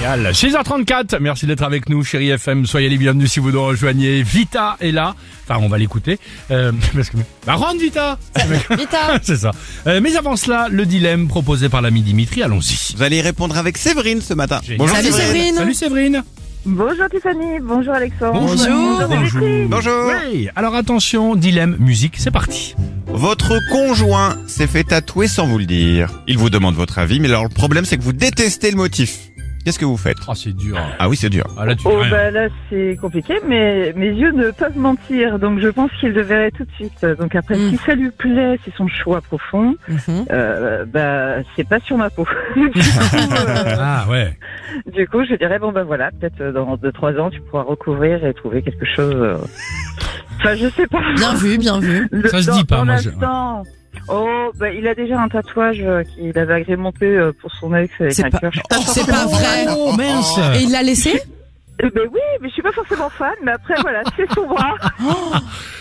Génial. 6h34, merci d'être avec nous, chérie FM. Soyez les bienvenus si vous nous rejoignez. Vita est là. Enfin, on va l'écouter. Euh, parce que... Bah, rentre, Vita Vita C'est ça. Euh, mais avant cela, le dilemme proposé par l'ami Dimitri, allons-y. Vous allez y répondre avec Séverine ce matin. Génial. Bonjour Salut Séverine. Salut Séverine Bonjour Tiffany, bonjour Alexandre. Bonjour Bonjour. Oui, alors attention, dilemme, musique, c'est parti. Votre conjoint s'est fait tatouer sans vous le dire. Il vous demande votre avis, mais alors le problème c'est que vous détestez le motif. Qu'est-ce que vous faites Oh, c'est dur. Ah oui, c'est dur. Ah, là, tu Oh fais rien. bah là c'est compliqué, mais mes yeux ne peuvent mentir, donc je pense qu'il le verrait tout de suite. Donc après, Mm. Mhm. si ça lui plaît, c'est son choix profond, euh, bah c'est pas sur ma peau. du, coup, euh, Ah, ouais. du coup, je dirais bon bah voilà, peut-être euh, dans deux trois ans tu pourras recouvrir et trouver quelque chose. euh, Enfin je sais pas. Bien vu, bien vu. Le- Ça se dans- dit pas, dans moi, je- l'instant, Oh, bah, il a déjà un tatouage euh, qu'il avait agrémenté euh, pour son ex avec C'est un pas- Ah, cœur. Je suis C'est pas vrai. Oh, mince Et il l'a laissé Euh, ben oui, mais je suis pas forcément fan, mais après voilà, c'est son bras.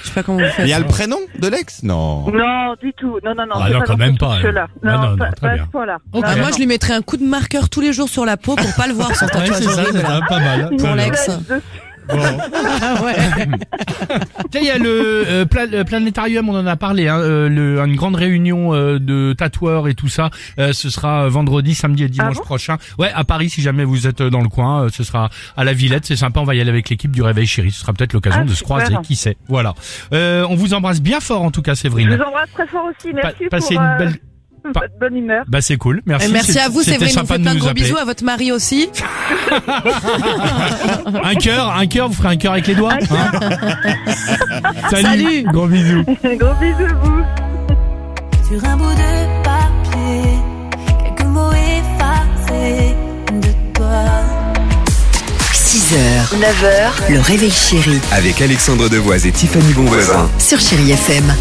Je sais pas comment vous Il faites. y a le prénom de l'ex Non. Non, du tout. Non, non, non. Ah, c'est non, pas quand dans même ce pas, souche-là. hein. Ah, non, Non, non, pas, très pas à bien. ce point-là. Ok. Ah, Non, moi, je lui mettrais un coup de marqueur tous les jours sur la peau pour pas le voir son Ouais, tatouage c'est ça, c'est horrible. ça, pas mal. Pour Très bien. l'ex. non. Bon. Ah ouais. Tiens, il y a le euh, pla- euh, planétarium, on en a parlé, hein, euh, le- une grande réunion euh, de tatoueurs et tout ça. Euh, ce sera euh, vendredi, samedi et dimanche Ah bon prochain. Ouais, à Paris, si jamais vous êtes euh, dans le coin, euh, ce sera à la Villette. C'est sympa, on va y aller avec l'équipe du Réveil Chéri. Ce sera peut-être l'occasion Ah, de se super. croiser, qui sait. Voilà. Euh, on vous embrasse bien fort, en tout cas, Je Séverine. vous embrasse très fort aussi. Pa- Merci passez pour une euh, belle... pa- votre bonne humeur. Bah c'est cool, merci. Et Euh, merci C'est- à vous, c'était Séverine. On sympa fait de plein de nous gros appeler. bisous à votre mari aussi. Un cœur, un cœur, vous ferez un cœur avec les doigts. hein. Salut. Gros bisous. Gros bisous à vous. Sur un bout de papier, quelques mots effacés de toi. 6h, 9h, le réveil chéri Avec Alexandre Devoise et Tiffany Bonvoisin. sur Chéri FM.